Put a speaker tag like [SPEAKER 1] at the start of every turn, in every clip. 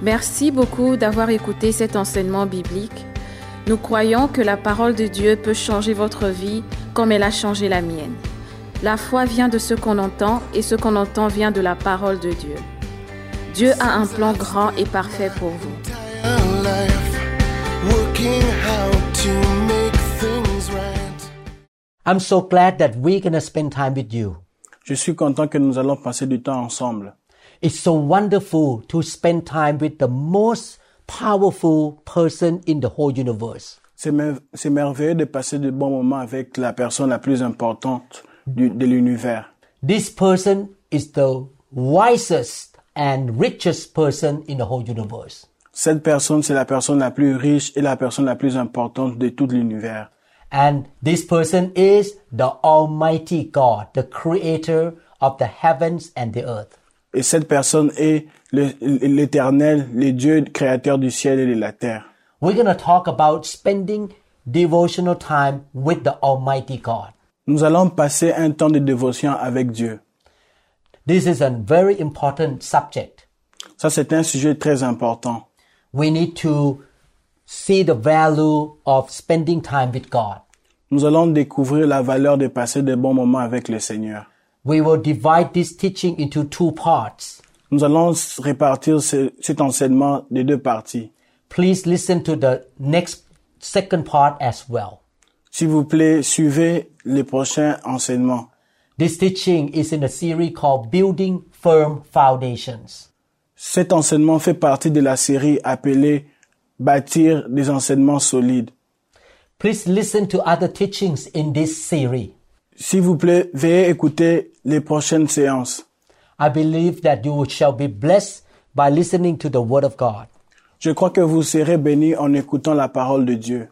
[SPEAKER 1] Merci beaucoup d'avoir écouté cet enseignement biblique. Nous croyons que la parole de Dieu peut changer votre vie comme elle a changé la mienne. La foi vient de ce qu'on entend et ce qu'on entend vient de la parole de Dieu. Dieu a un plan grand et parfait pour vous.
[SPEAKER 2] Entire life, working how to make things right.
[SPEAKER 3] I'm so glad that we're going to spend time with you.
[SPEAKER 4] Je suis content que nous allons passer du temps ensemble.
[SPEAKER 3] It's so wonderful to spend time with the most powerful person in the whole universe.
[SPEAKER 4] C'est mer- c'est merveilleux de passer de bons moments avec la personne la plus importante du- de l'univers.
[SPEAKER 3] This person is the wisest and richest person in the whole universe.
[SPEAKER 4] Cette personne, c'est la personne la plus riche et la personne la plus importante de tout l'univers.
[SPEAKER 3] And this person is the Almighty God, the creator of the heavens and the earth.
[SPEAKER 4] Et cette personne est le- l'éternel, le Dieu créateur du ciel et de la terre.
[SPEAKER 3] We're going to talk about spending devotional time with the Almighty God.
[SPEAKER 4] Nous allons passer un temps de dévotion avec Dieu.
[SPEAKER 3] This is a very important subject.
[SPEAKER 4] Ça, c'est un sujet très important.
[SPEAKER 3] We need to see the value of spending time with God.
[SPEAKER 4] Nous allons découvrir la valeur de passer de bons moments avec le Seigneur.
[SPEAKER 3] We will divide this teaching into two parts.
[SPEAKER 4] Nous allons s- répartir ce- cet enseignement de deux parties.
[SPEAKER 3] Please listen to the next second part as well.
[SPEAKER 4] S'il vous plaît, suivez les prochains enseignements.
[SPEAKER 3] This teaching is in a series called Building Firm Foundations.
[SPEAKER 4] Cet enseignement fait partie de la série appelée Bâtir des enseignements solides.
[SPEAKER 3] Please listen to other teachings in this series.
[SPEAKER 4] S'il vous plaît, veuillez écouter les prochaines séances.
[SPEAKER 3] I believe that you shall be blessed by listening to the Word of God.
[SPEAKER 4] Je crois que vous serez bénis en écoutant la parole de Dieu.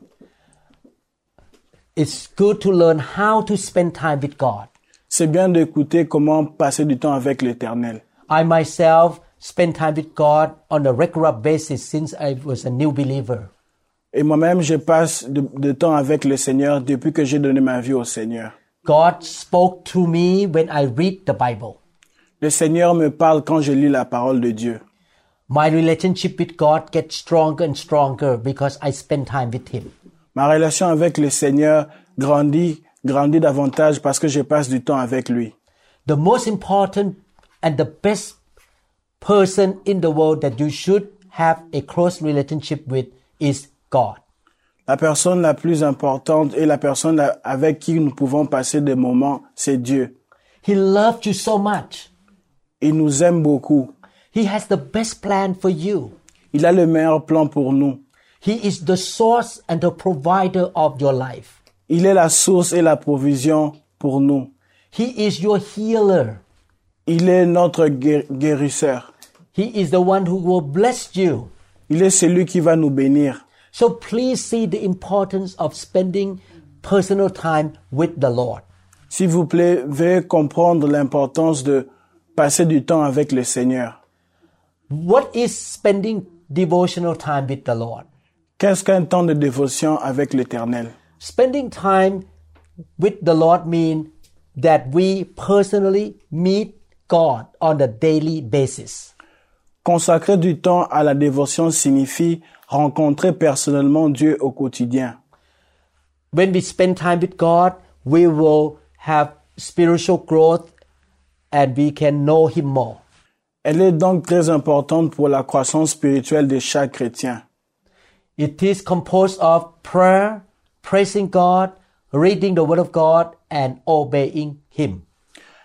[SPEAKER 3] It's good to learn how to spend time with God.
[SPEAKER 4] C'est bien d'écouter comment passer du temps avec l'Éternel.
[SPEAKER 3] I myself spend time with God on a regular basis since I was a new believer.
[SPEAKER 4] Et moi-même, je passe de, de temps avec le Seigneur depuis que j'ai donné ma vie au Seigneur.
[SPEAKER 3] God spoke to me when I read the Bible.
[SPEAKER 4] Le Seigneur me parle quand je lis la parole de Dieu.
[SPEAKER 3] My relationship with God gets stronger and stronger because I spend time with Him.
[SPEAKER 4] Ma relation avec le Seigneur grandit, grandit davantage parce que je passe du temps avec lui.
[SPEAKER 3] The most important and the best person in the world that you should have a close relationship with is God.
[SPEAKER 4] La personne la plus importante et la personne la- avec qui nous pouvons passer des moments, c'est Dieu.
[SPEAKER 3] He loved you so much.
[SPEAKER 4] Il nous aime beaucoup.
[SPEAKER 3] He has the best plan for you.
[SPEAKER 4] Il a le meilleur plan pour nous.
[SPEAKER 3] He is the source and the provider of your life.
[SPEAKER 4] Il est la source et la provision pour nous.
[SPEAKER 3] He is your healer.
[SPEAKER 4] Il est notre guér- guérisseur.
[SPEAKER 3] He is the one who will bless you.
[SPEAKER 4] Il est celui qui va nous bénir.
[SPEAKER 3] So please see the importance of spending personal time with the Lord.
[SPEAKER 4] S'il vous plaît, veuillez comprendre l'importance de passer du temps avec le Seigneur.
[SPEAKER 3] What is spending devotional time with the Lord?
[SPEAKER 4] Qu'est-ce qu'un temps de dévotion avec l'Éternel
[SPEAKER 3] Spending time with the Lord means that we personally meet God on a daily basis.
[SPEAKER 4] Consacrer du temps à la dévotion signifie rencontrer personnellement Dieu au quotidien.
[SPEAKER 3] When we spend time with God, we will have spiritual growth and we can know Him more.
[SPEAKER 4] Elle est donc très importante pour la croissance spirituelle de chaque chrétien.
[SPEAKER 3] It is composed of prayer, praising God, reading the Word of God, and obeying Him.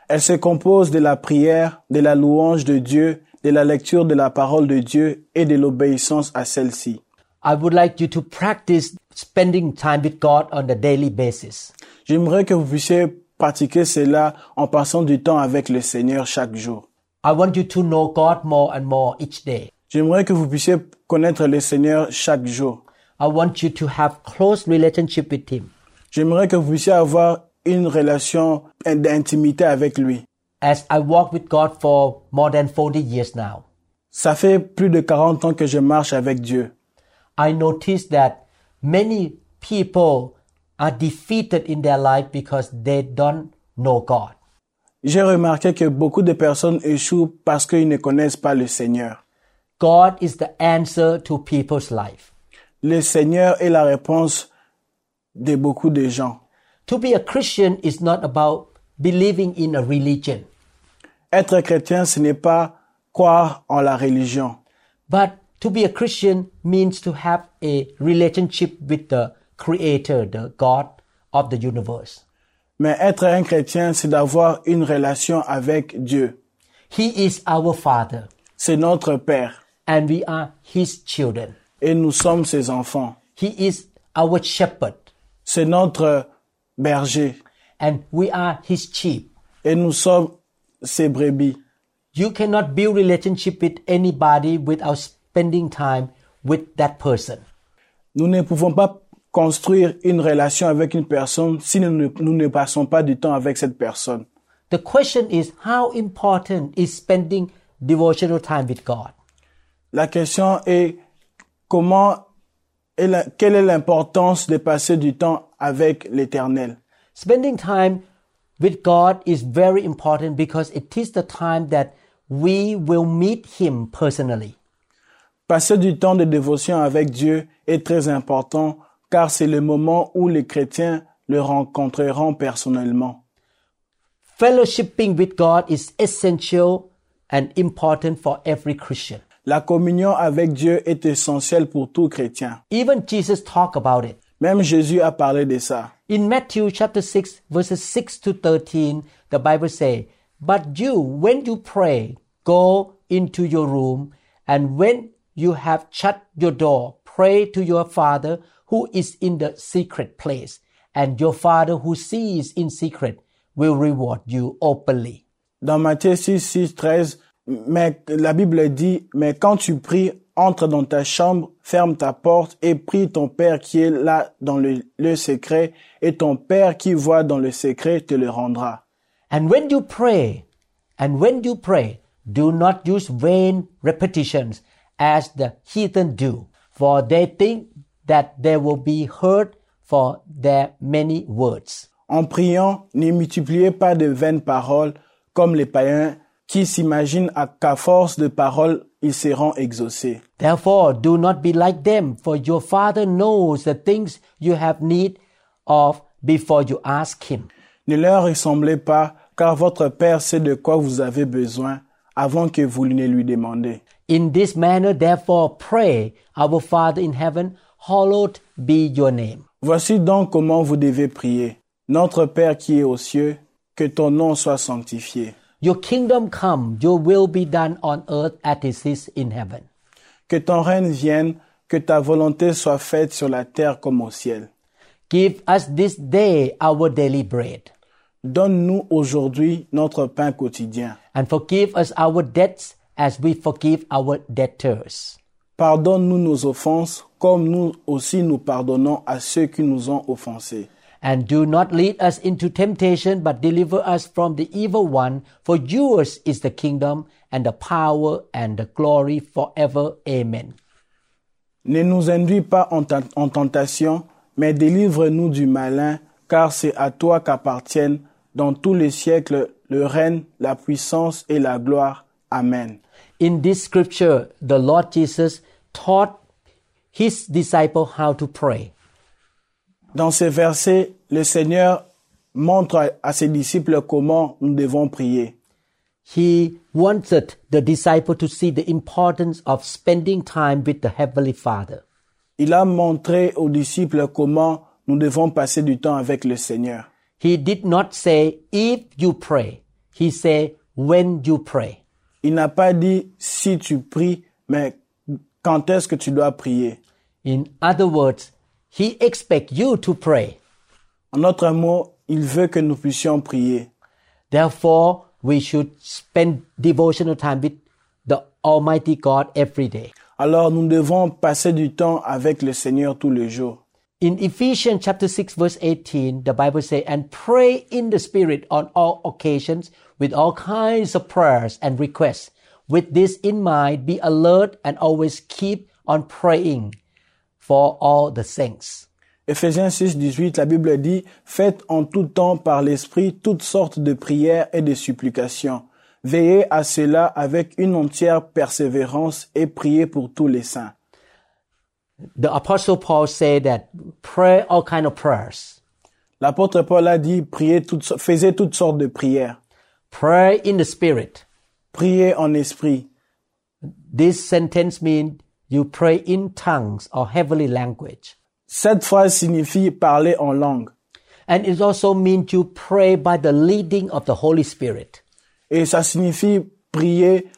[SPEAKER 4] Elle se compose de la prière, de la louange de Dieu, de la lecture de la parole de Dieu et de l'obéissance à celle-ci.
[SPEAKER 3] I would like you to practice spending time with God on a daily basis.
[SPEAKER 4] J'aimerais que vous puissiez pratiquer cela en passant du temps avec le Seigneur chaque jour.
[SPEAKER 3] I want you to know God more and more each day.
[SPEAKER 4] J'aimerais que vous puissiez connaître le Seigneur chaque jour.
[SPEAKER 3] I want you to have close relationship with Him.
[SPEAKER 4] J'aimerais que vous puissiez avoir une relation d'intimité avec lui.
[SPEAKER 3] As I walk with God for more than 40 years now,
[SPEAKER 4] Ça fait plus de 40 ans que je marche avec Dieu.
[SPEAKER 3] I notice that many people are defeated in their life because they don't know God.
[SPEAKER 4] J'ai remarqué que beaucoup de personnes échouent parce qu'ils ne connaissent pas le Seigneur.
[SPEAKER 3] God is the answer to people's life.
[SPEAKER 4] Le Seigneur est la réponse de beaucoup de gens.
[SPEAKER 3] To be a Christian is not about believing in a religion,
[SPEAKER 4] Être chrétien, ce n'est pas croire en la religion.
[SPEAKER 3] but to be a Christian means to have a relationship with the creator, the God of the universe.
[SPEAKER 4] Mais être un chrétien, c'est d'avoir une relation avec Dieu.
[SPEAKER 3] He is our father
[SPEAKER 4] C'est notre Père
[SPEAKER 3] and we are his children.
[SPEAKER 4] et nous sommes ses enfants.
[SPEAKER 3] He is our shepherd
[SPEAKER 4] C'est notre berger
[SPEAKER 3] and we are his sheep.
[SPEAKER 4] et nous sommes ses brebis.
[SPEAKER 3] You cannot build relationship with anybody without spending time with that person.
[SPEAKER 4] Nous ne pouvons pas construire une relation avec une personne si nous ne, nous ne passons pas du temps avec cette personne.
[SPEAKER 3] The question is how important is spending devotional time with God?
[SPEAKER 4] La question est comment est la- quelle est l'importance de passer du temps avec l'Éternel.
[SPEAKER 3] Spending time with God is very important because it is the time that we will meet him personally.
[SPEAKER 4] Passer du temps de dévotion avec Dieu est très important car c'est le moment où les chrétiens le rencontreront personnellement.
[SPEAKER 3] Fellowshipping with God is essential and important for every Christian.
[SPEAKER 4] La communion avec Dieu est essentielle pour tout chrétien.
[SPEAKER 3] Even Jesus talked about it.
[SPEAKER 4] Même Jésus a parlé de ça.
[SPEAKER 3] In Matthew chapter 6 verses 6 to 13, the Bible say, But you, when you pray, go into your room, and when you have shut your door, pray to your Father who is in the secret place, and your Father who sees in secret will reward you openly.
[SPEAKER 4] Dans Matthieu 6, 6, 13, mais la Bible dit, mais quand tu pries, entre dans ta chambre, ferme ta porte et prie ton Père qui est là dans le, le secret, et ton Père qui voit dans le secret te le rendra.
[SPEAKER 3] And when you pray, and when you pray, do not use vain repetitions as the heathen do, for they think that they will be heard for their many words.
[SPEAKER 4] En priant, ne multipliez pas de vaines paroles comme les païens qui s'imaginent à- qu'à force de paroles, ils seront exaucés.
[SPEAKER 3] Therefore, do not be like them, for your Father knows the things you have need of before you ask Him.
[SPEAKER 4] Ne leur ressemblez pas, car votre Père sait de quoi vous avez besoin avant que vous ne lui demandiez.
[SPEAKER 3] In this manner, therefore, pray, Our Father in heaven, hallowed be your name.
[SPEAKER 4] Voici donc comment vous devez prier. Notre Père qui est aux cieux, que ton nom soit sanctifié.
[SPEAKER 3] Your kingdom come, your will be done on earth as it is in heaven.
[SPEAKER 4] Que ton règne vienne, que ta volonté soit faite sur la terre comme au ciel.
[SPEAKER 3] Give us this day our daily bread,
[SPEAKER 4] Donne-nous aujourd'hui notre pain quotidien.
[SPEAKER 3] and forgive us our debts as we forgive our debtors.
[SPEAKER 4] Pardonne-nous nos offenses, comme nous aussi nous pardonnons à ceux qui nous ont offensés.
[SPEAKER 3] And do not lead us into temptation, but deliver us from the evil one. For yours is the kingdom, and the power, and the glory forever. Amen.
[SPEAKER 4] Ne nous induis pas en, ta- en tentation, mais délivre-nous du malin, car c'est à toi qu'appartiennent dans tous les siècles le règne, la puissance et la gloire. Amen.
[SPEAKER 3] In this scripture, the Lord Jesus taught his disciple how to pray.
[SPEAKER 4] Dans ces versets, le Seigneur montre à, à ses disciples comment nous devons prier.
[SPEAKER 3] He wanted the disciple to see the importance of spending time with the Heavenly Father.
[SPEAKER 4] Il a montré aux disciples comment nous devons passer du temps avec le Seigneur.
[SPEAKER 3] He did not say, if you pray. He said, when you pray.
[SPEAKER 4] Il n'a pas dit si tu pries, mais quand est-ce que tu dois prier.
[SPEAKER 3] In other words, He expects you to pray.
[SPEAKER 4] En autre mot, il veut que nous puissions prier.
[SPEAKER 3] Therefore, we should spend devotional time with the Almighty God every day.
[SPEAKER 4] Alors nous devons passer du temps avec le Seigneur tous les jours.
[SPEAKER 3] In Ephesians chapter 6 verse 18, the Bible says, and pray in the spirit on all occasions with all kinds of prayers and requests. With this in mind, be alert and always keep on praying for all the saints.
[SPEAKER 4] Ephésiens 6, 18, la Bible dit, Faites en tout temps par l'Esprit toutes sortes de prières et de supplications. Veillez à cela avec une entière persévérance et priez pour tous les saints.
[SPEAKER 3] The apostle Paul said that pray all kind of prayers.
[SPEAKER 4] L'apôtre Paul a dit, priez toutes, so- faisez toutes sortes de prières.
[SPEAKER 3] Pray in the spirit.
[SPEAKER 4] Priez en esprit.
[SPEAKER 3] This sentence means you pray in tongues or heavenly language.
[SPEAKER 4] Cette phrase signifie parler en langue.
[SPEAKER 3] And it also means you pray by the leading of the Holy Spirit.
[SPEAKER 4] Et ça signifie prier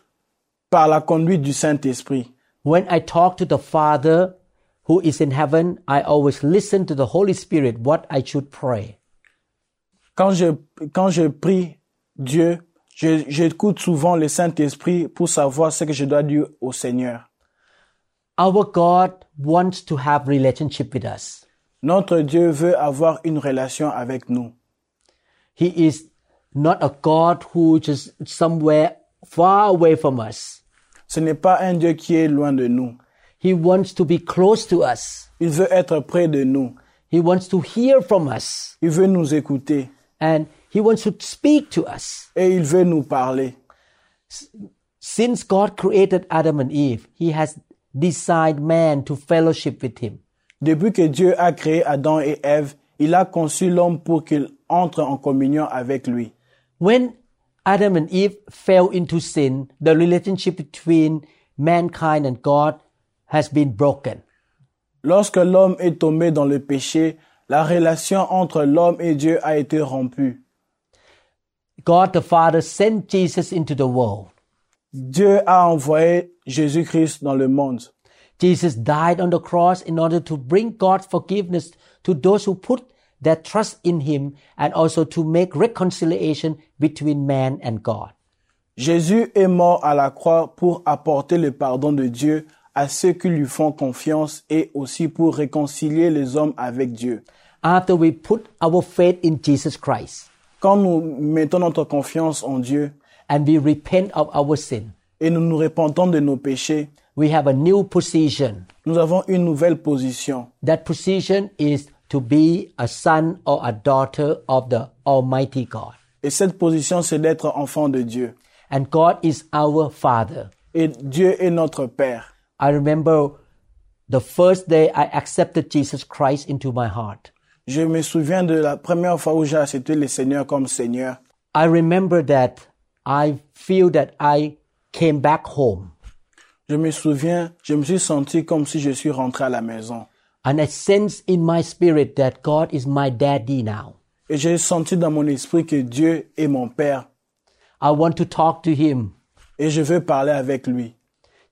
[SPEAKER 4] par la conduite du Saint-Esprit.
[SPEAKER 3] When I talk to the Father who is in heaven, I always listen to the Holy Spirit what I should pray.
[SPEAKER 4] Quand je, quand je prie Dieu, je- j'écoute souvent le Saint-Esprit pour savoir ce que je dois dire au Seigneur.
[SPEAKER 3] Our God wants to have relationship with us.
[SPEAKER 4] Notre Dieu veut avoir une relation avec nous.
[SPEAKER 3] He is not a God who just somewhere far away from us.
[SPEAKER 4] Ce n'est pas un Dieu qui est loin de nous.
[SPEAKER 3] He wants to be close to us.
[SPEAKER 4] Il veut être près de nous.
[SPEAKER 3] He wants to hear from us
[SPEAKER 4] Il veut nous écouter
[SPEAKER 3] and he wants to speak to us.
[SPEAKER 4] et il veut nous parler.
[SPEAKER 3] Since God created Adam and Eve, he has designed man to fellowship with him.
[SPEAKER 4] Depuis que Dieu a créé Adam et Ève, il a conçu l'homme pour qu'il entre en communion avec lui.
[SPEAKER 3] When Adam and Eve fell into sin, the relationship between mankind and God has been broken.
[SPEAKER 4] Lorsque l'homme est tombé dans le péché, la relation entre l'homme et Dieu a été rompue.
[SPEAKER 3] God the Father sent Jesus into the world.
[SPEAKER 4] Dieu a envoyé Jésus-Christ dans le monde.
[SPEAKER 3] Jesus died on the cross in order to bring God's forgiveness to those who put their trust in him and also to make reconciliation between man and God.
[SPEAKER 4] Jésus est mort à la croix pour apporter le pardon de Dieu à ceux qui lui font confiance et aussi pour réconcilier les hommes avec Dieu.
[SPEAKER 3] After we put our faith in Jesus Christ
[SPEAKER 4] Quand nous mettons notre confiance en Dieu
[SPEAKER 3] and we repent of our sin,
[SPEAKER 4] et nous nous repentons de nos péchés,
[SPEAKER 3] we have a new position.
[SPEAKER 4] nous avons une nouvelle position.
[SPEAKER 3] That position is to be a son or a daughter of the Almighty God.
[SPEAKER 4] Et cette position, c'est d'être enfant de Dieu.
[SPEAKER 3] And God is our Father.
[SPEAKER 4] Et Dieu est notre Père.
[SPEAKER 3] I remember the first day I accepted Jesus Christ into my heart.
[SPEAKER 4] Je me souviens de la première fois où j'ai accepté le Seigneur comme Seigneur.
[SPEAKER 3] I remember that I feel that I came back home
[SPEAKER 4] Je me souviens, je me suis senti comme si je suis rentré à la maison.
[SPEAKER 3] and I sense in my spirit that God is my daddy now.
[SPEAKER 4] Et j'ai senti dans mon esprit que Dieu est mon Père.
[SPEAKER 3] I want to talk to him.
[SPEAKER 4] Et je veux parler avec lui.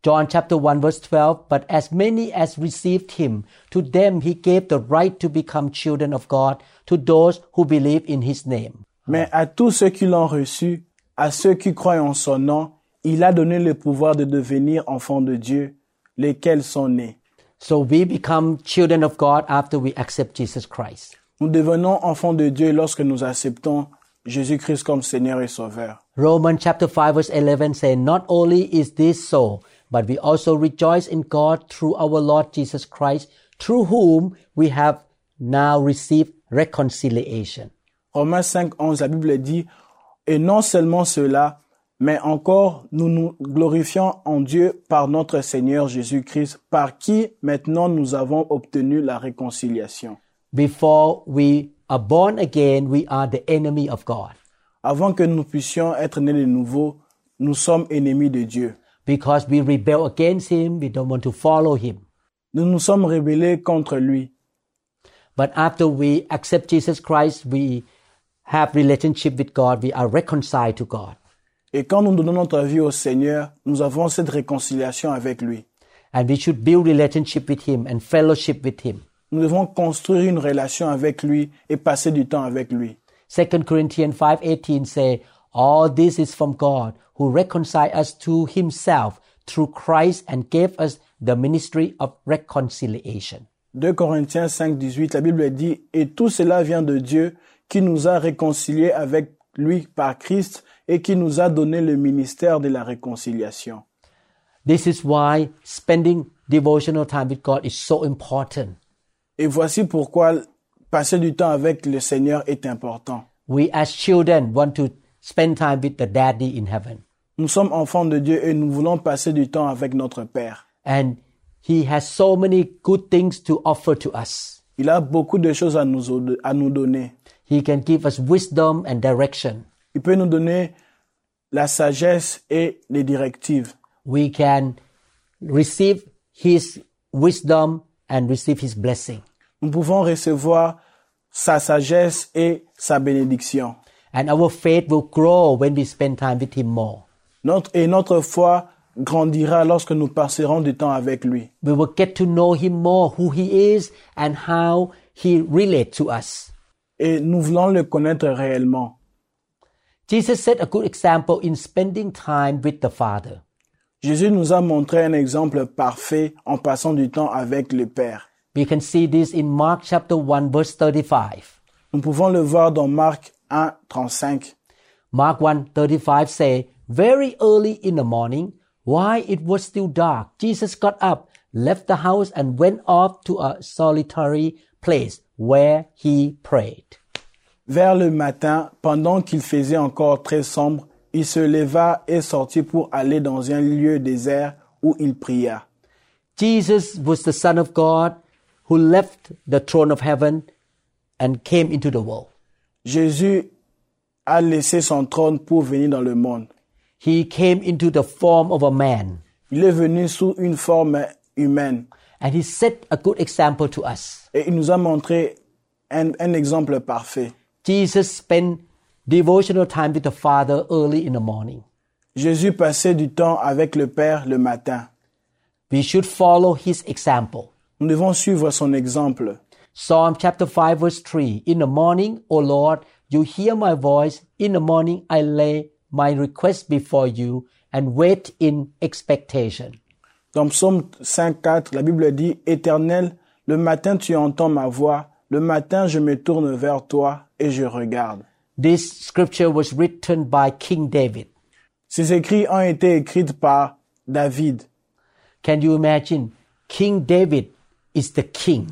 [SPEAKER 3] John chapter 1 verse 12, but as many as received him, to them he gave the right to become children of God, to those who believe in his name.
[SPEAKER 4] Mais à tous ceux qui l'ont reçu, à ceux qui croient en son nom, il a donné le pouvoir de devenir enfants de Dieu, lesquels sont nés.
[SPEAKER 3] So we become children of God after we accept Jesus Christ.
[SPEAKER 4] Nous devenons enfants de Dieu lorsque nous acceptons Jésus-Christ comme Seigneur et Sauveur.
[SPEAKER 3] Romans chapter 5 verse 11 say, Not only is this so, but we also rejoice in God through our Lord Jesus Christ, through whom we have now received reconciliation.
[SPEAKER 4] Romains 5, 11, la Bible dit, et non seulement cela, mais encore nous nous glorifions en Dieu par notre Seigneur Jésus-Christ, par qui maintenant nous avons obtenu la réconciliation.
[SPEAKER 3] Before we are born again, we are the enemy of God
[SPEAKER 4] Avant que nous puissions être nés de nouveau, nous sommes ennemis de Dieu.
[SPEAKER 3] because we rebel against Him. We don't want to follow Him.
[SPEAKER 4] Nous nous sommes rébellés contre lui.
[SPEAKER 3] But after we accept Jesus Christ, we have relationship with God. We are reconciled to God.
[SPEAKER 4] Et quand nous donnons notre vie au Seigneur, nous avons cette réconciliation avec lui.
[SPEAKER 3] And we should build relationship with Him and fellowship with Him.
[SPEAKER 4] Nous devons construire une relation avec lui et passer du temps avec lui.
[SPEAKER 3] 2 Corinthians 5:18 say, "All this is from God, who reconciled us to himself through Christ and gave us the ministry of reconciliation."
[SPEAKER 4] 2 Corinthiens 5, 18, la Bible dit, Et tout cela vient de Dieu qui nous a réconciliés avec lui par Christ et qui nous a donné le ministère de la réconciliation.
[SPEAKER 3] This is why spending devotional time with God is so important.
[SPEAKER 4] Et voici pourquoi passer du temps avec le Seigneur est important.
[SPEAKER 3] We as children want to spend time with the daddy in heaven.
[SPEAKER 4] Nous sommes enfants de Dieu et nous voulons passer du temps avec notre Père.
[SPEAKER 3] And he has so many good things to offer to us.
[SPEAKER 4] Il a beaucoup de choses à nous, od- à nous donner.
[SPEAKER 3] He can give us wisdom and direction.
[SPEAKER 4] Il peut nous donner la sagesse et les directives.
[SPEAKER 3] We can receive his wisdom and receive his blessing.
[SPEAKER 4] Nous pouvons recevoir sa sagesse et sa bénédiction.
[SPEAKER 3] And our faith will grow when we spend time with him more.
[SPEAKER 4] Notre, et notre foi grandira lorsque nous passerons du temps avec lui.
[SPEAKER 3] We will get to know him more, who he is and how he relates to us.
[SPEAKER 4] Et nous voulons le connaître réellement.
[SPEAKER 3] Jesus set a good example in spending time with the Father.
[SPEAKER 4] Jésus nous a montré un exemple parfait en passant du temps avec le Père.
[SPEAKER 3] We can see this in Mark chapter 1 verse 35.
[SPEAKER 4] Nous pouvons le voir dans Marc 1, 35.
[SPEAKER 3] Mark 1:35 say, "Very early in the morning, while it was still dark, Jesus got up, left the house and went off to a solitary place where he prayed."
[SPEAKER 4] Vers le matin, pendant qu'il faisait encore très sombre, il se leva et sortit pour aller dans un lieu désert où il pria.
[SPEAKER 3] Jesus was the son of God who left the throne of heaven and came into the world.
[SPEAKER 4] Jésus a laissé son trône pour venir dans le monde.
[SPEAKER 3] He came into the form of a man
[SPEAKER 4] Il est venu sous une forme humaine
[SPEAKER 3] and he set a good example to us.
[SPEAKER 4] et il nous a montré un, un exemple parfait.
[SPEAKER 3] Jesus spent devotional time with the Father early in the morning.
[SPEAKER 4] Jésus passait du temps avec le Père le matin.
[SPEAKER 3] We should follow his example.
[SPEAKER 4] Nous devons suivre son exemple.
[SPEAKER 3] Psalm chapter 5 verse 3. In the morning, O Lord, you hear my voice. In the morning, I lay my request before you and wait in expectation.
[SPEAKER 4] Dans Psaume 5, 4, la Bible dit, Éternel, le matin tu entends ma voix, le matin je me tourne vers toi et je regarde.
[SPEAKER 3] This scripture was written by King David.
[SPEAKER 4] Ces écrits ont été écrits par David.
[SPEAKER 3] Can you imagine? King David is the king.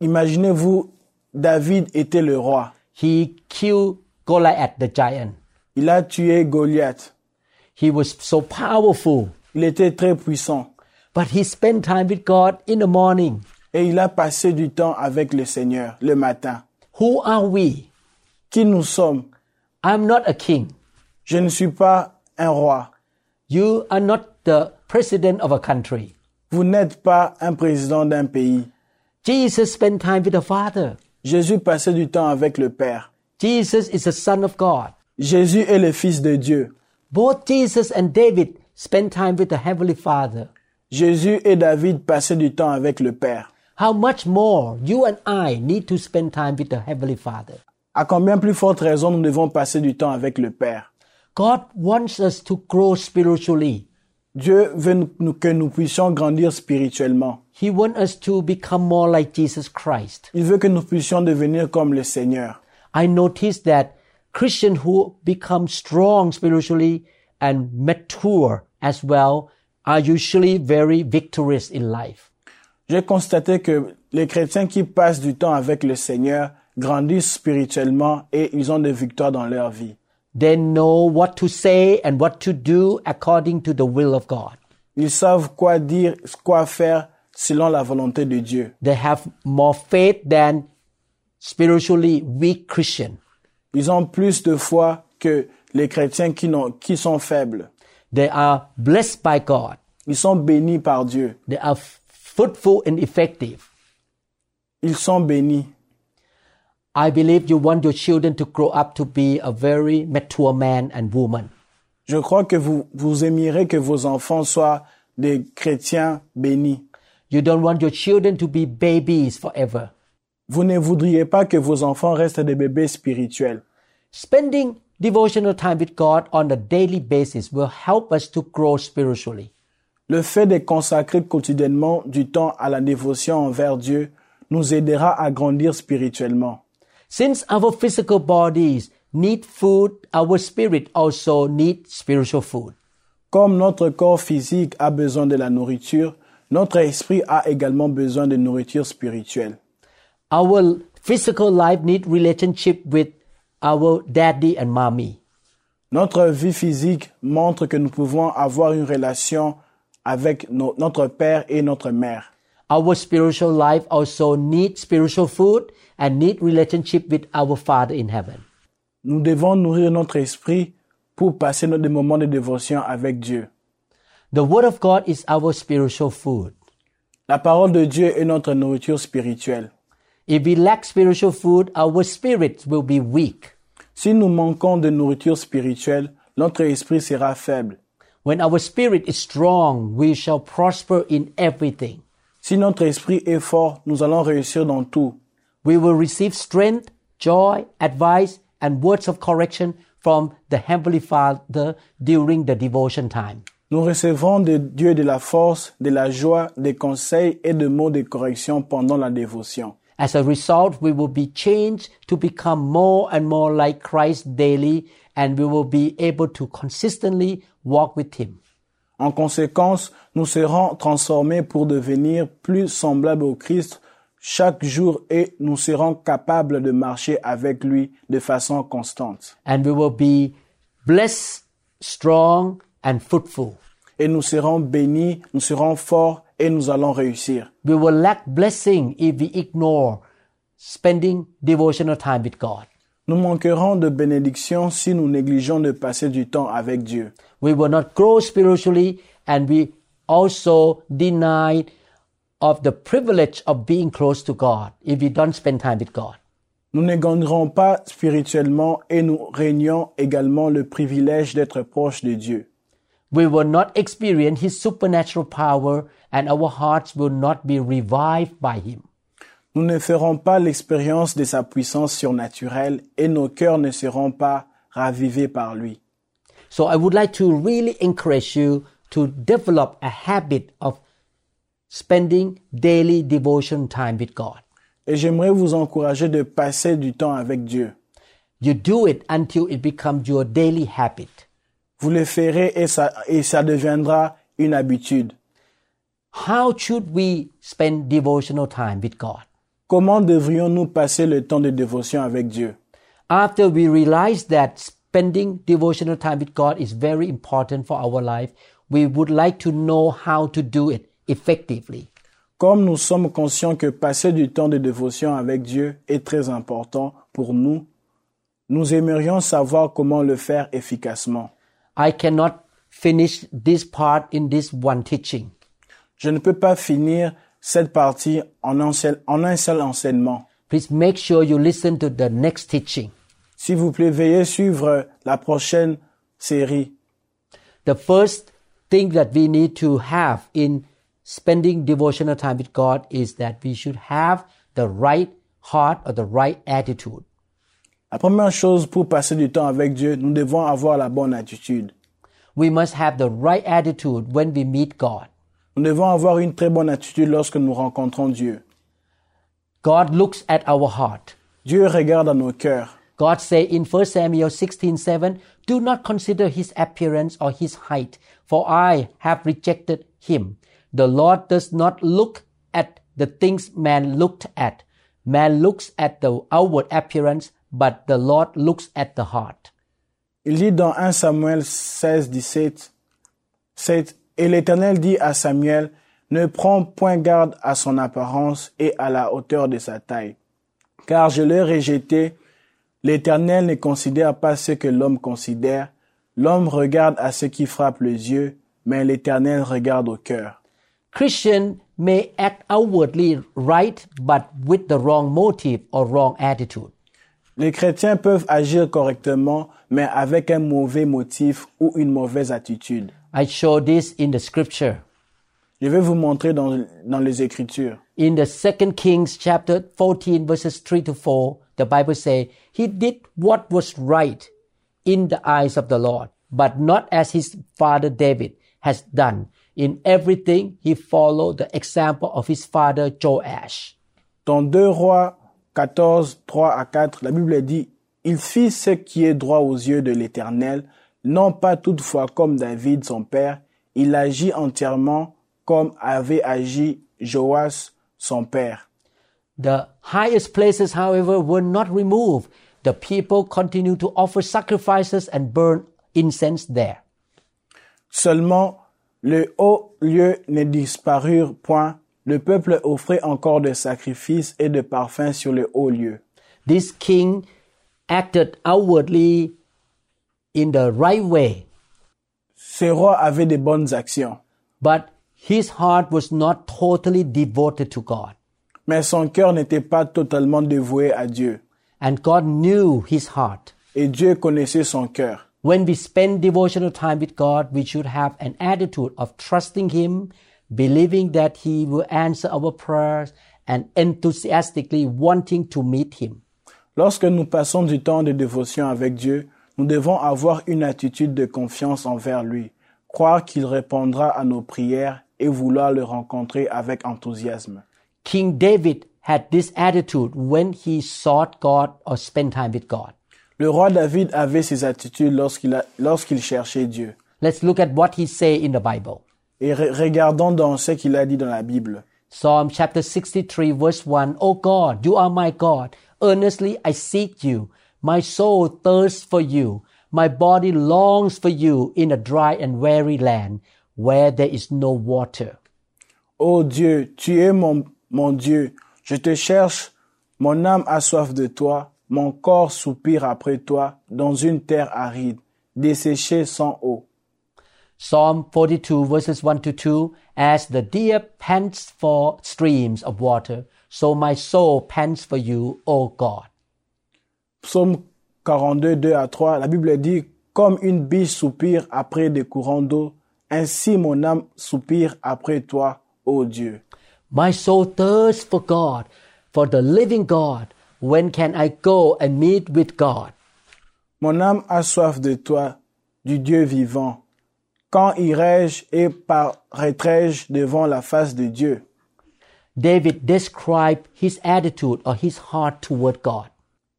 [SPEAKER 4] Imaginez-vous, David était le roi.
[SPEAKER 3] He killed Goliath the giant.
[SPEAKER 4] Il a tué Goliath.
[SPEAKER 3] He was so powerful,
[SPEAKER 4] Il était très puissant
[SPEAKER 3] but he spent time with God in the morning.
[SPEAKER 4] et il a passé du temps avec le Seigneur le matin.
[SPEAKER 3] Who are we?
[SPEAKER 4] Qui nous sommes
[SPEAKER 3] I'm not a king.
[SPEAKER 4] Je ne suis pas un roi.
[SPEAKER 3] You are not the president of a country.
[SPEAKER 4] Vous n'êtes pas un président d'un pays.
[SPEAKER 3] Jesus spent time with the Father.
[SPEAKER 4] Jésus passait du temps avec le Père.
[SPEAKER 3] Jesus is the Son of God.
[SPEAKER 4] Jésus est le Fils de Dieu.
[SPEAKER 3] Both Jesus and David spent time with the Heavenly Father.
[SPEAKER 4] Jésus et David passaient du temps avec le Père.
[SPEAKER 3] How much more you and I need to spend time with the Heavenly Father.
[SPEAKER 4] À combien plus forte raison nous devons passer du temps avec le Père
[SPEAKER 3] God wants us to grow spiritually.
[SPEAKER 4] Dieu veut nous- que nous puissions grandir spirituellement.
[SPEAKER 3] He wants us to become more like Jesus Christ.
[SPEAKER 4] Il veut que nous puissions devenir comme le Seigneur.
[SPEAKER 3] I noticed that Christians who become strong spiritually and mature as well are usually very victorious in life.
[SPEAKER 4] J'ai constaté que les chrétiens qui passent du temps avec le Seigneur grandissent spirituellement et ils ont des victoires dans leur vie.
[SPEAKER 3] They know what to say and what to do according to the will of God.
[SPEAKER 4] Ils savent quoi dire, quoi faire selon la volonté de Dieu.
[SPEAKER 3] They have more faith than spiritually weak Christian.
[SPEAKER 4] Ils ont plus de foi que les chrétiens qui, n'ont- qui sont faibles.
[SPEAKER 3] They are blessed by God.
[SPEAKER 4] Ils sont bénis par Dieu.
[SPEAKER 3] They are fruitful and effective.
[SPEAKER 4] Ils sont bénis.
[SPEAKER 3] I believe you want your children to grow up to be a very mature man and woman.
[SPEAKER 4] Je crois que vous, vous aimerez que vos enfants soient des chrétiens bénis.
[SPEAKER 3] You don't want your children to be babies forever.
[SPEAKER 4] Vous ne voudriez pas que vos enfants restent des bébés spirituels.
[SPEAKER 3] Spending devotional time with God on a daily basis will help us to grow spiritually.
[SPEAKER 4] Le fait de consacrer quotidiennement du temps à la dévotion envers Dieu nous aidera à grandir spirituellement.
[SPEAKER 3] Since our physical bodies need food, our spirit also needs spiritual food.
[SPEAKER 4] Comme notre corps physique a besoin de la nourriture, notre esprit a également besoin de nourriture spirituelle.
[SPEAKER 3] Our physical life needs relationship with our daddy and mommy.
[SPEAKER 4] Notre vie physique montre que nous pouvons avoir une relation avec no- notre père et notre mère.
[SPEAKER 3] Our spiritual life also needs spiritual food and need relationship with our Father in heaven.
[SPEAKER 4] Nous devons nourrir notre esprit pour passer nos- des moments de dévotion avec Dieu.
[SPEAKER 3] The Word of God is our spiritual food.
[SPEAKER 4] La parole de Dieu est notre nourriture spirituelle.
[SPEAKER 3] If we lack spiritual food, our spirits will be weak.
[SPEAKER 4] Si nous manquons de nourriture spirituelle, notre esprit sera faible.
[SPEAKER 3] When our spirit is strong, we shall prosper in everything.
[SPEAKER 4] Si notre esprit est fort, nous allons réussir dans tout.
[SPEAKER 3] We will receive strength, joy, advice, and words of correction from the Heavenly Father during the devotion time.
[SPEAKER 4] Nous recevrons de Dieu de la force, de la joie, des conseils et de mots de correction pendant la dévotion.
[SPEAKER 3] As a result, we will be changed to become more and more like Christ daily, and we will be able to consistently walk with Him.
[SPEAKER 4] En conséquence, nous serons transformés pour devenir plus semblables au Christ chaque jour et nous serons capables de marcher avec lui de façon constante.
[SPEAKER 3] And we will be blessed, strong, and fruitful.
[SPEAKER 4] Et nous serons bénis, nous serons forts et nous allons réussir.
[SPEAKER 3] We will lack blessing if we ignore spending devotional time with God.
[SPEAKER 4] Nous manquerons de bénédictions si nous négligeons de passer du temps avec Dieu.
[SPEAKER 3] We will not grow spiritually, and we also deny of the privilege of being close to God if we don't spend time with God.
[SPEAKER 4] Nous ne gagnerons pas spirituellement et nous régnons également le privilège d'être proche de Dieu.
[SPEAKER 3] we will not experience his supernatural power and our hearts will not be revived by him.
[SPEAKER 4] Nous ne ferons pas l'expérience de sa puissance surnaturelle et nos cœurs ne seront pas ravivés par lui.
[SPEAKER 3] So I would like to really encourage you to develop a habit of spending daily devotion time with God.
[SPEAKER 4] Et j'aimerais vous encourager de passer du temps avec Dieu.
[SPEAKER 3] You do it until it becomes your daily habit.
[SPEAKER 4] Vous le ferez et ça, et ça deviendra une habitude.
[SPEAKER 3] How should we spend devotional time with God?
[SPEAKER 4] Comment devrions-nous passer le temps de dévotion avec Dieu
[SPEAKER 3] After we realize that spending devotional time with God is very important for our life, we would like to know how to do it effectively.
[SPEAKER 4] Comme nous sommes conscients que passer du temps de dévotion avec Dieu est très important pour nous, nous aimerions savoir comment le faire efficacement.
[SPEAKER 3] I cannot finish this part in this one teaching.
[SPEAKER 4] Je ne peux pas finir cette partie en un seul, en un seul enseignement.
[SPEAKER 3] Please make sure you listen to the next teaching.
[SPEAKER 4] S'il vous plaît, veuillez suivre la prochaine série.
[SPEAKER 3] The first thing that we need to have in spending devotional time with God is that we should have the right heart or the right attitude.
[SPEAKER 4] La première chose pour passer du temps avec Dieu, nous devons avoir la bonne attitude.
[SPEAKER 3] We must have the right attitude when we meet God.
[SPEAKER 4] Nous devons avoir une très bonne attitude lorsque nous rencontrons Dieu.
[SPEAKER 3] God looks at our heart.
[SPEAKER 4] Dieu regarde à nos cœurs.
[SPEAKER 3] God say in 1 Samuel 16:7, "Do not consider his appearance or his height, for I have rejected him. The Lord does not look at the things man looked at. Man looks at the outward appearance, but the Lord looks at the heart."
[SPEAKER 4] Il dit dans 1 Samuel 16, 17, 7, Et l'Éternel dit à Samuel, ne prends point garde à son apparence et à la hauteur de sa taille. Car je l'ai rejeté, l'Éternel ne considère pas ce que l'homme considère, l'homme regarde à ce qui frappe les yeux, mais l'Éternel regarde au cœur.
[SPEAKER 3] Christian may act outwardly right, but with the wrong motive or wrong attitude.
[SPEAKER 4] Les chrétiens peuvent agir correctement, mais avec un mauvais motif ou une mauvaise attitude.
[SPEAKER 3] I show this in the scripture.
[SPEAKER 4] Je vais vous montrer dans, dans les Écritures.
[SPEAKER 3] in the second kings chapter 14 verses 3 to 4 the bible say he did what was right in the eyes of the lord but not as his father david has done in everything he followed the example of his father joash
[SPEAKER 4] Dans 2 rois 14, 3 à 4, la Bible dit, Il fit ce qui est droit aux yeux de l'Éternel, non pas toutefois comme David son père, il agit entièrement comme avait agi Joas son père.
[SPEAKER 3] the highest places however were not removed the people continued to offer sacrifices and burn incense there.
[SPEAKER 4] Seulement, le haut lieu ne disparurent point. Le peuple offrit encore des sacrifices et des parfums sur le haut lieu.
[SPEAKER 3] This king acted outwardly in the right way,
[SPEAKER 4] Ce roi avait de bonnes actions,
[SPEAKER 3] but his heart was not totally devoted to God.
[SPEAKER 4] mais son cœur n'était pas totalement dévoué à Dieu.
[SPEAKER 3] And God knew his heart.
[SPEAKER 4] Et Dieu connaissait son cœur.
[SPEAKER 3] When we spend devotional time with God, we should have an attitude of trusting Him, believing that He will answer our prayers, and enthusiastically wanting to meet Him.
[SPEAKER 4] Lorsque nous passons du temps de dévotion avec Dieu, nous devons avoir une attitude de confiance envers lui, croire qu'il répondra à nos prières et vouloir le rencontrer avec enthousiasme.
[SPEAKER 3] King David had this attitude when he sought God or spent time with God.
[SPEAKER 4] Le roi David avait ces attitudes lorsqu'il a- lorsqu'il cherchait Dieu.
[SPEAKER 3] Let's look at what he say in the Bible.
[SPEAKER 4] Et re- regardons dans ce qu'il a dit dans la Bible.
[SPEAKER 3] Psalm chapter 63 verse 1, O God, you are my God. Earnestly I seek you. My soul thirsts for you. My body longs for you in a dry and weary land where there is no water.
[SPEAKER 4] Ô Oh Dieu, tu es mon, mon Dieu, je te cherche, mon âme a soif de toi, mon corps soupire après toi, dans une terre aride, desséchée sans eau.
[SPEAKER 3] Psalm 42 verses 1 to 2, As the deer pants for streams of water, so my soul pants for you, O God.
[SPEAKER 4] Psaume 42, 2 à 3, la Bible dit, Comme une biche soupire après des courants d'eau, ainsi mon âme soupire après toi, ô Dieu.
[SPEAKER 3] My soul thirsts for God, for the living God. When can I go and meet with God?
[SPEAKER 4] Mon âme a soif de toi, du Dieu vivant. Quand irai-je et paraîtrai-je devant la face de Dieu?
[SPEAKER 3] David described his attitude or his heart toward God.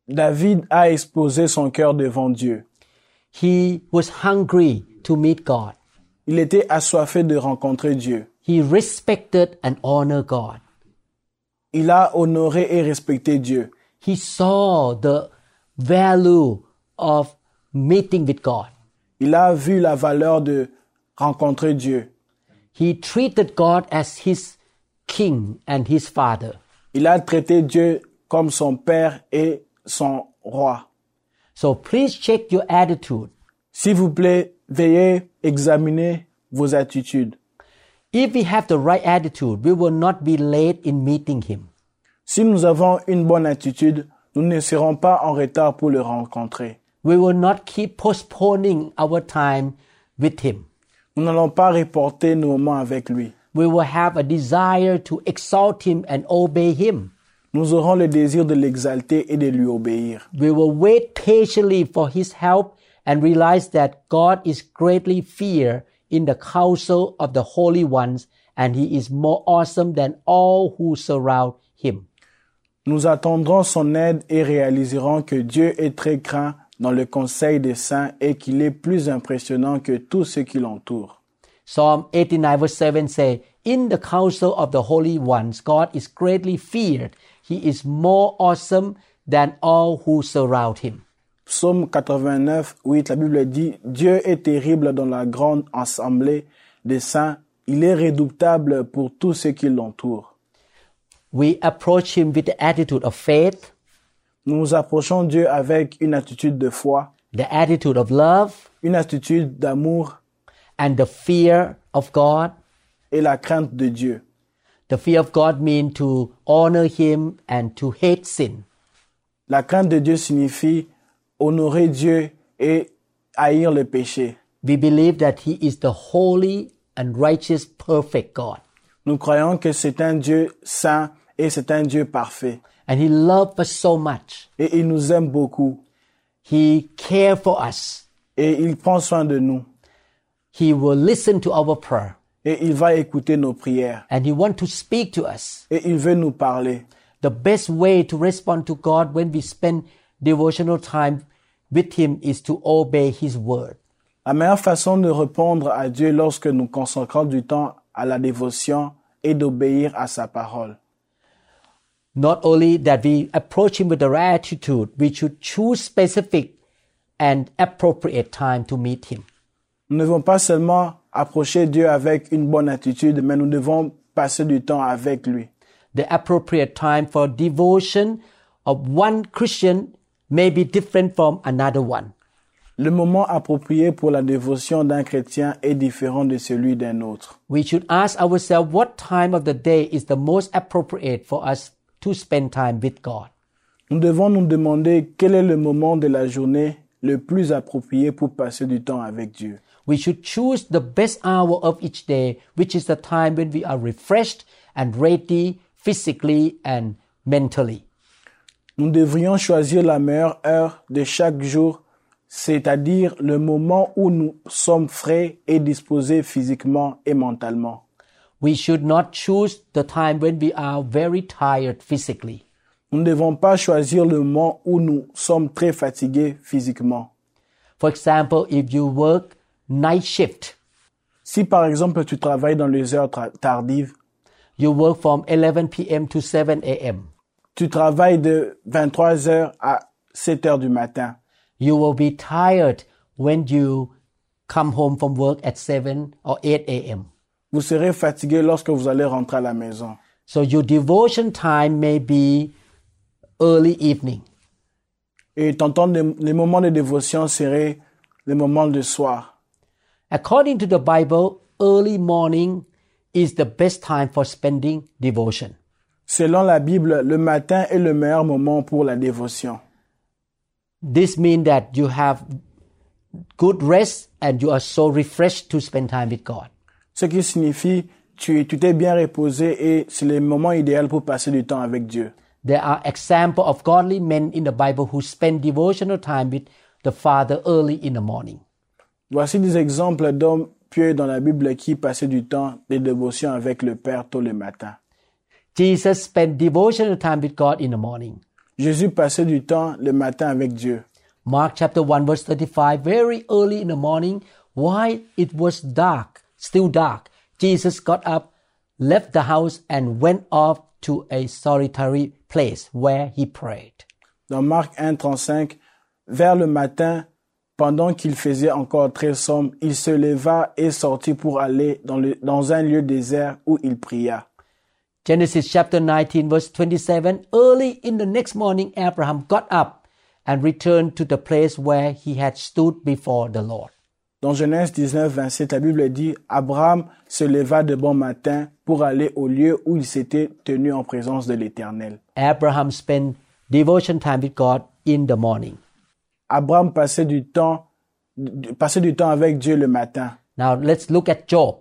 [SPEAKER 4] David a exposé son cœur devant Dieu.
[SPEAKER 3] He was hungry to meet God.
[SPEAKER 4] Il était assoiffé de rencontrer Dieu.
[SPEAKER 3] He respected and honored God.
[SPEAKER 4] Il a honoré et respecté Dieu.
[SPEAKER 3] He saw the value of meeting with God.
[SPEAKER 4] Il a vu la valeur de rencontrer Dieu.
[SPEAKER 3] He treated God as his king and his father.
[SPEAKER 4] Il a traité Dieu comme son Père et son Roi.
[SPEAKER 3] So please check your attitude.
[SPEAKER 4] S'il vous plaît, veillez examiner vos attitudes.
[SPEAKER 3] If we have the right attitude, we will not be late in meeting him.
[SPEAKER 4] Si nous avons une bonne attitude, nous ne serons pas en retard pour le rencontrer.
[SPEAKER 3] We will not keep postponing our time with him.
[SPEAKER 4] Nous n'allons pas reporter nos moments avec lui.
[SPEAKER 3] We will have a desire to exalt him and obey him.
[SPEAKER 4] Nous aurons le désir de l'exalter et de lui obéir.
[SPEAKER 3] We will wait patiently for his help and realize that God is greatly feared in the council of the holy ones and he is more awesome than all who surround him.
[SPEAKER 4] Nous attendrons son aide et réaliserons que Dieu est très grand dans le conseil des saints et qu'il est plus impressionnant que tout ce qui l'entoure.
[SPEAKER 3] Psalm 89 verse 7 say, In the council of the holy ones, God is greatly feared. He is more awesome than all who surround him.
[SPEAKER 4] Psaume 89, 8, la Bible dit, Dieu est terrible dans la grande assemblée des saints, il est redoutable pour tout ce qui l'entoure.
[SPEAKER 3] We approach him with the attitude of faith,
[SPEAKER 4] Nous nous approchons Dieu avec une attitude de foi,
[SPEAKER 3] the attitude of love,
[SPEAKER 4] une attitude d'amour
[SPEAKER 3] and the fear of God.
[SPEAKER 4] et la crainte de Dieu.
[SPEAKER 3] The fear of God means to honor him and to hate sin.
[SPEAKER 4] La crainte de Dieu signifie honorer Dieu et haïr le péché.
[SPEAKER 3] We believe that he is the holy and righteous perfect God.
[SPEAKER 4] Nous croyons que c'est un Dieu saint et c'est un Dieu parfait.
[SPEAKER 3] And he loved us so much.
[SPEAKER 4] Et il nous aime beaucoup
[SPEAKER 3] He cared for us.
[SPEAKER 4] et il prend soin de nous
[SPEAKER 3] He will listen to our prayer
[SPEAKER 4] et il va écouter nos prières
[SPEAKER 3] and he want to speak to us.
[SPEAKER 4] et il veut nous parler.
[SPEAKER 3] The best way to respond to God when we spend devotional time with him is to obey his word.
[SPEAKER 4] La meilleure façon de répondre à Dieu lorsque nous consacrons du temps à la dévotion est d'obéir à sa parole.
[SPEAKER 3] Not only that we approach him with the right attitude, we should choose specific and appropriate time to meet Him.
[SPEAKER 4] Nous ne devons pas seulement approcher Dieu avec une bonne attitude, mais nous devons passer du temps avec lui.
[SPEAKER 3] The appropriate time for devotion of one Christian may be different from another one.
[SPEAKER 4] Le moment approprié pour la dévotion d'un chrétien est différent de celui d'un autre.
[SPEAKER 3] We should ask ourselves what time of the day is the most appropriate for us to spend time with God.
[SPEAKER 4] Nous devons nous demander quel est le moment de la journée le plus approprié pour passer du temps avec Dieu.
[SPEAKER 3] We should choose the best hour of each day, which is the time when we are refreshed and ready physically and mentally.
[SPEAKER 4] Nous devrions choisir la meilleure heure de chaque jour, c'est-à-dire le moment où nous sommes frais et disposés physiquement et mentalement.
[SPEAKER 3] We should not choose the time when we are very tired physically.
[SPEAKER 4] Nous ne devons pas choisir le moment où nous sommes très fatigués physiquement.
[SPEAKER 3] For example, if you work night shift,
[SPEAKER 4] Si par exemple tu travailles dans les heures tra- tardives,
[SPEAKER 3] you work from 11 p.m. to 7 a.m.
[SPEAKER 4] tu travailles de 23h à 7h du matin.
[SPEAKER 3] You will be tired when you come home from work at 7 or 8 a.m.
[SPEAKER 4] Vous serez fatigué lorsque vous allez rentrer à la maison.
[SPEAKER 3] So your devotion time may be early evening.
[SPEAKER 4] Et ton temps de- les moments de dévotion seraient les moments de soir.
[SPEAKER 3] According to the Bible, early morning is the best time for spending devotion.
[SPEAKER 4] Selon la Bible, le matin est le meilleur moment pour la dévotion.
[SPEAKER 3] This means that you have good rest and you are so refreshed to spend time with God.
[SPEAKER 4] Ce qui signifie tu tu t'es bien reposé et c'est le moment idéal pour passer du temps avec Dieu.
[SPEAKER 3] There are examples of godly men in the Bible who spend devotional time with the Father early in the morning.
[SPEAKER 4] Voici des exemples d'hommes pieux dans la Bible qui passaient du temps de dévotion avec le Père tôt le matin.
[SPEAKER 3] Jesus spent devotional time with God in the morning.
[SPEAKER 4] Jésus passait du temps le matin avec Dieu.
[SPEAKER 3] Mark chapter 1 verse 35, very early in the morning, while it was dark, still dark, Jesus got up, left the house and went off to a solitary place where he prayed.
[SPEAKER 4] Dans Marc 1, 35, vers le matin, pendant qu'il faisait encore très sombre, il se leva et sortit pour aller dans, le- dans un lieu désert où il pria.
[SPEAKER 3] Genesis chapter 19 verse 27, early in the next morning, Abraham got up and returned to the place where he had stood before the Lord.
[SPEAKER 4] Dans Genèse 19, 27, la Bible dit, Abraham se leva de bon matin pour aller au lieu où il s'était tenu en présence de l'Éternel.
[SPEAKER 3] Abraham spent devotion time with God in the morning.
[SPEAKER 4] Abraham passait du temps, passait du temps avec Dieu le matin.
[SPEAKER 3] Now let's look at Job.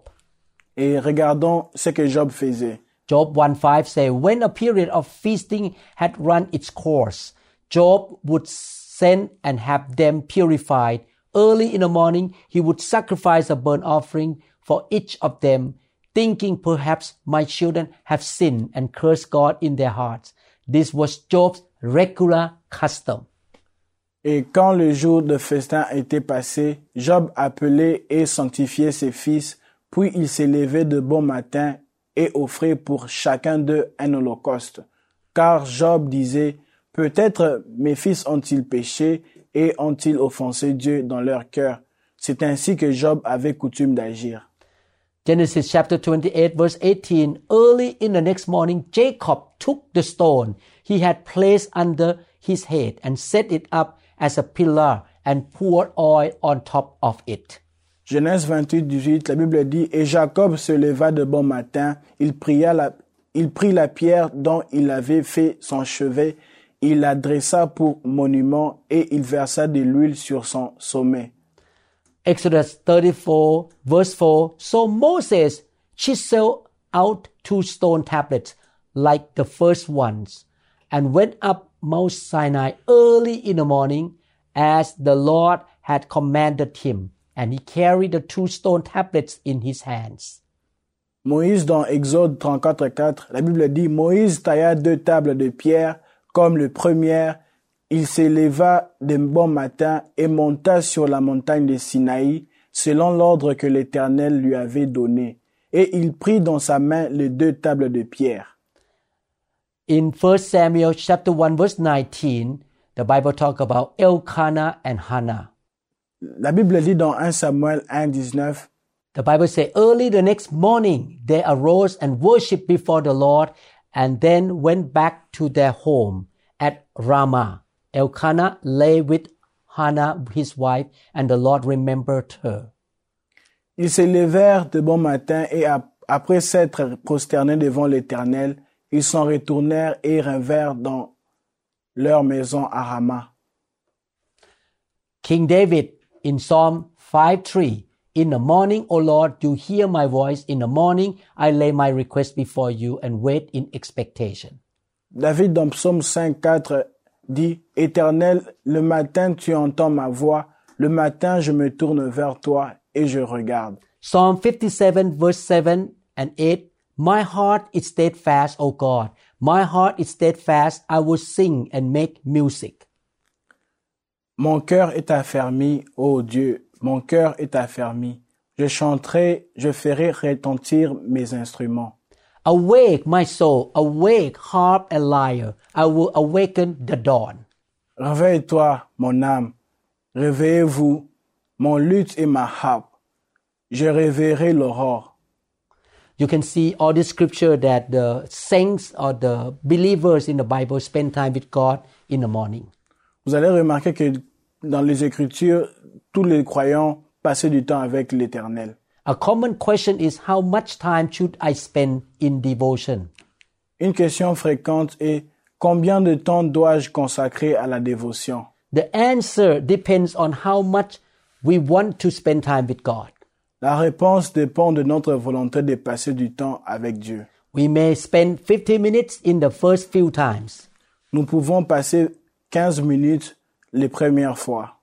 [SPEAKER 4] Et regardons ce que Job faisait.
[SPEAKER 3] Job 1.5 says, When a period of feasting had run its course, Job would send and have them purified. Early in the morning, he would sacrifice a burnt offering for each of them, thinking perhaps my children have sinned and cursed God in their hearts. This was Job's regular custom.
[SPEAKER 4] Et quand le jour de festin était passé, Job appelait et sanctifiait ses fils, puis il s'élevait de bon matin et offrait pour chacun d'eux un holocauste. Car Job disait, Peut-être mes fils ont-ils péché et ont-ils offensé Dieu dans leur cœur. C'est ainsi que Job avait coutume d'agir.
[SPEAKER 3] Genesis chapter 28 verse 18, early in the next morning, Jacob took the stone he had placed under his head and set it up as a pillar and poured oil on top of it.
[SPEAKER 4] Genèse 28, 18, la Bible dit, Et Jacob se leva de bon matin, il, pria la- il prit la pierre dont il avait fait son chevet, il la dressa pour monument et il versa de l'huile sur son sommet.
[SPEAKER 3] Exodus 34 verse 4, so Moses chiseled out two stone tablets like the first ones and went up Mount Sinai early in the morning as the Lord had commanded him. And he carried the two stone tablets in his hands.
[SPEAKER 4] Moïse dans Exode 34, 4, la Bible dit, Moïse tailla deux tables de pierre comme le première, il s'éleva de bon matin et monta sur la montagne de Sinaï selon l'ordre que l'Éternel lui avait donné. Et il prit dans sa main les deux tables de pierre.
[SPEAKER 3] In 1 Samuel chapter 1 verse 19, The Bible talk about Elkanah and Hannah.
[SPEAKER 4] La Bible dit dans 1 Samuel 1, 19,
[SPEAKER 3] The Bible say early the next morning they arose and worshiped before the Lord and then went back to their home at Ramah. Elkanah lay with Hannah his wife and the Lord remembered her.
[SPEAKER 4] Ils se levèrent de bon matin et ap- après s'être prosternés devant l'Éternel, ils s'en retournèrent et revinrent dans leur maison à Rama.
[SPEAKER 3] King David in Psalm 5 3 In the morning, O Lord, you hear my voice. In the morning, I lay my request before you and wait in expectation.
[SPEAKER 4] David dans Psaume 5, 4 dit, Éternel, le matin tu entends ma voix, le matin je me tourne vers toi et je regarde.
[SPEAKER 3] Psalm 57 verse 7 and 8. My heart is steadfast, O God. My heart is steadfast. I will sing and make music.
[SPEAKER 4] Mon cœur est affermi, ô Dieu, mon cœur est affermi. Je chanterai, je ferai retentir mes instruments.
[SPEAKER 3] Awake, my soul. Awake, harp and lyre. I will awaken the dawn.
[SPEAKER 4] Réveille-toi, mon âme. Réveillez-vous, mon luth et ma harpe. Je réveillerai l'aurore.
[SPEAKER 3] You can see all this scripture that the saints or the believers in the Bible spend time with God in the morning.
[SPEAKER 4] Vous allez remarquer que dans les Écritures, tous les croyants passaient du temps avec l'Éternel.
[SPEAKER 3] A common question is how much time should I spend in devotion?
[SPEAKER 4] Une question fréquente est combien de temps dois-je consacrer à la dévotion
[SPEAKER 3] The answer depends on how much we want to spend time with God.
[SPEAKER 4] La réponse dépend de notre volonté de passer du temps avec Dieu.
[SPEAKER 3] We may spend 50 minutes in the first few times.
[SPEAKER 4] Nous pouvons passer 15 minutes les premières fois.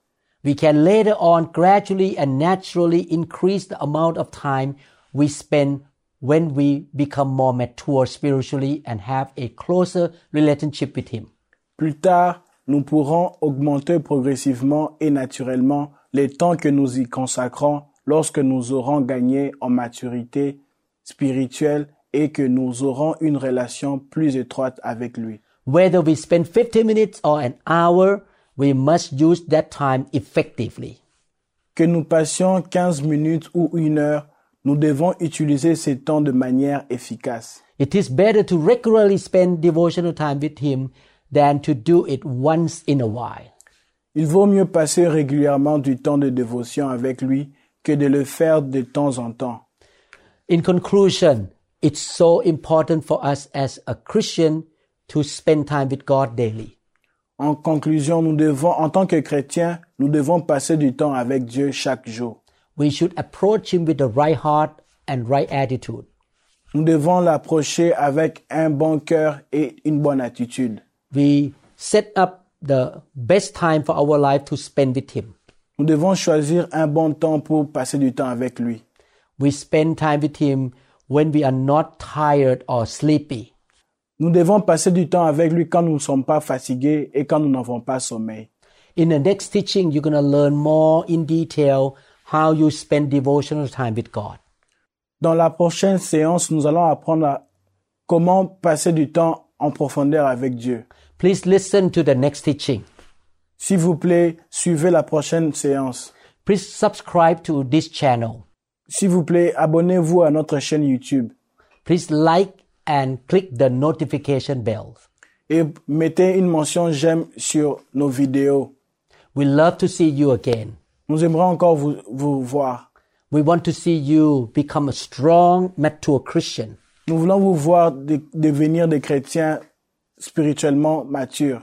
[SPEAKER 3] We can later on gradually and naturally increase the amount of time we spend when we become more mature spiritually and have a closer relationship with Him.
[SPEAKER 4] Plus tard, nous pourrons augmenter progressivement et naturellement les temps que nous y consacrons lorsque nous aurons gagné en maturité spirituelle et que nous aurons une relation plus étroite avec lui.
[SPEAKER 3] Whether we spend 50 minutes or an hour, we must use that time effectively.
[SPEAKER 4] Que nous passions 15 minutes ou une heure, nous devons utiliser ces temps de manière efficace.
[SPEAKER 3] It is better to regularly spend devotional time with Him than to do it once in a while.
[SPEAKER 4] Il vaut mieux passer régulièrement du temps de dévotion avec lui que de le faire de temps en temps.
[SPEAKER 3] In conclusion, it's so important for us as a Christian to spend time with God daily.
[SPEAKER 4] En conclusion, nous devons, en tant que chrétiens, nous devons passer du temps avec Dieu chaque jour.
[SPEAKER 3] We should approach Him with the right heart and right attitude.
[SPEAKER 4] Nous devons l'approcher avec un bon cœur et une bonne attitude.
[SPEAKER 3] We set up the best time for our life to spend with Him.
[SPEAKER 4] Nous devons choisir un bon temps pour passer du temps avec lui.
[SPEAKER 3] We spend time with Him when we are not tired or sleepy.
[SPEAKER 4] Nous devons passer du temps avec lui quand nous ne sommes pas fatigués et quand nous n'avons pas sommeil.
[SPEAKER 3] In the next teaching, you're going to learn more in detail how you spend devotional time with God.
[SPEAKER 4] Dans la prochaine séance, nous allons apprendre à- comment passer du temps en profondeur avec Dieu.
[SPEAKER 3] Please listen to the next teaching.
[SPEAKER 4] S'il vous plaît, suivez la prochaine séance.
[SPEAKER 3] Please subscribe to this channel.
[SPEAKER 4] S'il vous plaît, abonnez-vous à notre chaîne YouTube.
[SPEAKER 3] Please like and click the notification bell.
[SPEAKER 4] et mettez une mention j'aime sur nos vidéos.
[SPEAKER 3] We love to see you again.
[SPEAKER 4] Nous aimerions encore vous, vous voir.
[SPEAKER 3] We want to see you become a strong, mature Christian.
[SPEAKER 4] Nous voulons vous voir de- devenir des chrétiens spirituellement matures.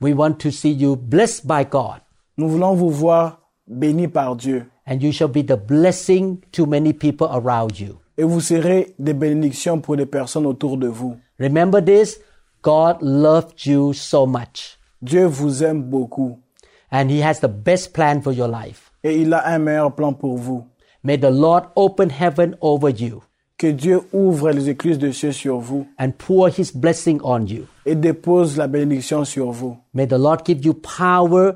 [SPEAKER 3] We want to see you blessed by God.
[SPEAKER 4] Nous voulons vous voir bénis par Dieu.
[SPEAKER 3] And you shall be the blessing to many people around you.
[SPEAKER 4] Et vous serez des bénédictions pour les personnes autour de vous.
[SPEAKER 3] Remember this God loved you so much.
[SPEAKER 4] Dieu vous aime beaucoup.
[SPEAKER 3] and He has the best plan for your life.
[SPEAKER 4] Et il a un meilleur plan pour vous.
[SPEAKER 3] May the Lord open heaven over you
[SPEAKER 4] Que Dieu ouvre les écluses de cieux sur vous
[SPEAKER 3] and pour His blessing on you.
[SPEAKER 4] et dépose la bénédiction sur vous.
[SPEAKER 3] May the Lord give you power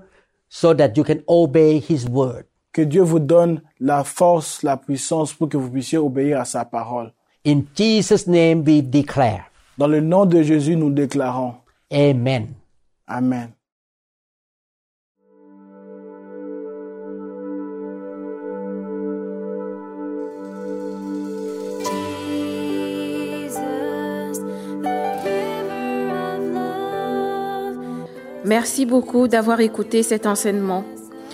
[SPEAKER 3] so that you can obey His word.
[SPEAKER 4] Que Dieu vous donne la force, la puissance pour que vous puissiez obéir à sa parole.
[SPEAKER 3] In Jesus' name we declare,
[SPEAKER 4] Dans le nom de Jésus, nous déclarons
[SPEAKER 3] Amen.
[SPEAKER 4] Amen.
[SPEAKER 1] Merci beaucoup d'avoir écouté cet enseignement.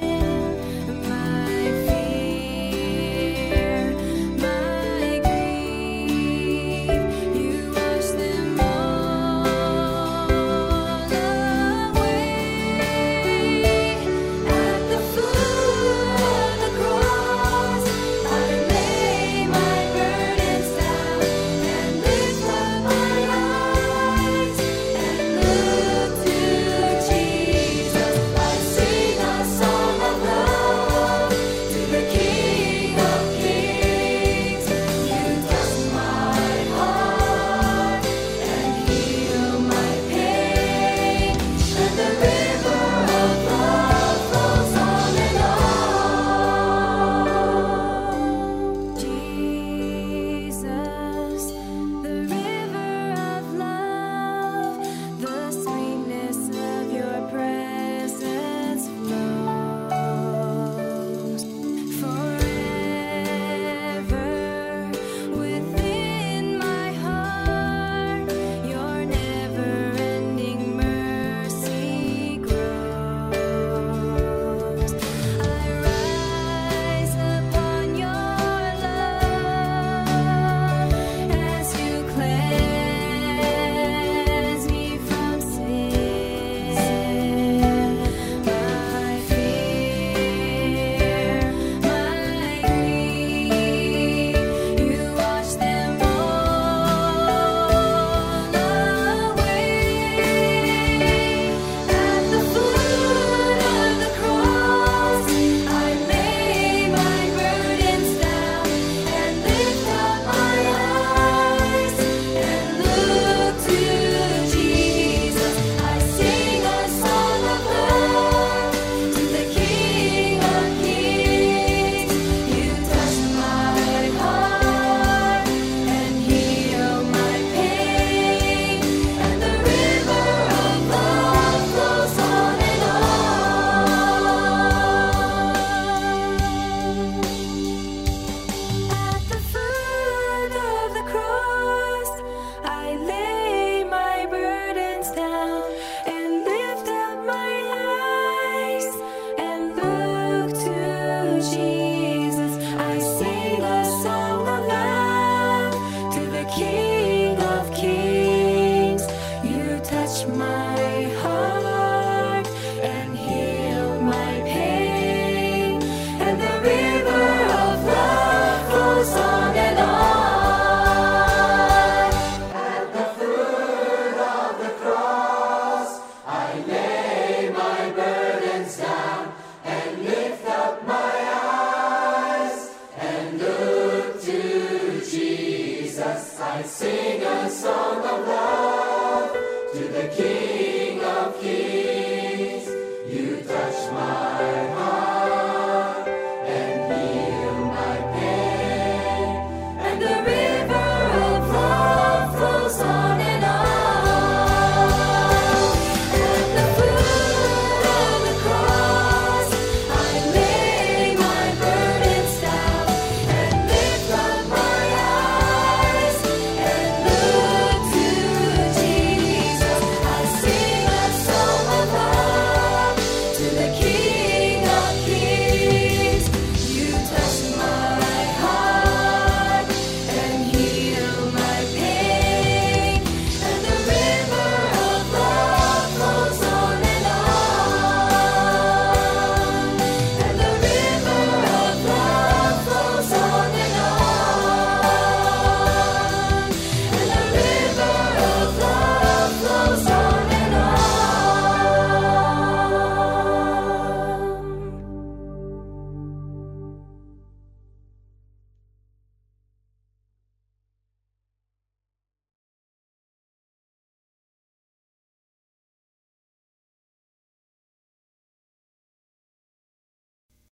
[SPEAKER 5] My fear, my grief, you wash them all away. At the foot of the cross, I lay my burdens down and lift up my eyes and look to Jesus. I sing a song of love to the King of Kings. You touched my heart and healed my pain, and the river of love flows on and on. Jesus, the river of love, the sweetness of your presence flows forever within my heart. Your never-ending mercy grows. I rise upon your love as you cleanse me from sin. My fear, my grief, you wash them all away. At the foot of the cross, I lay my burdens down and lift up my eyes and look to Jesus. I sing a song of love to the King of Kings. You touched my heart and healed my pain, and the river of love flows on and on. At the foot of the cross, I lay my burdens down and lift up my eyes and look to Jesus. I sing a song of love to the King of Kings. You touch my heart and heal my pain, and the river of love flows on and on.
[SPEAKER 6] King of Kings, you touch my heart.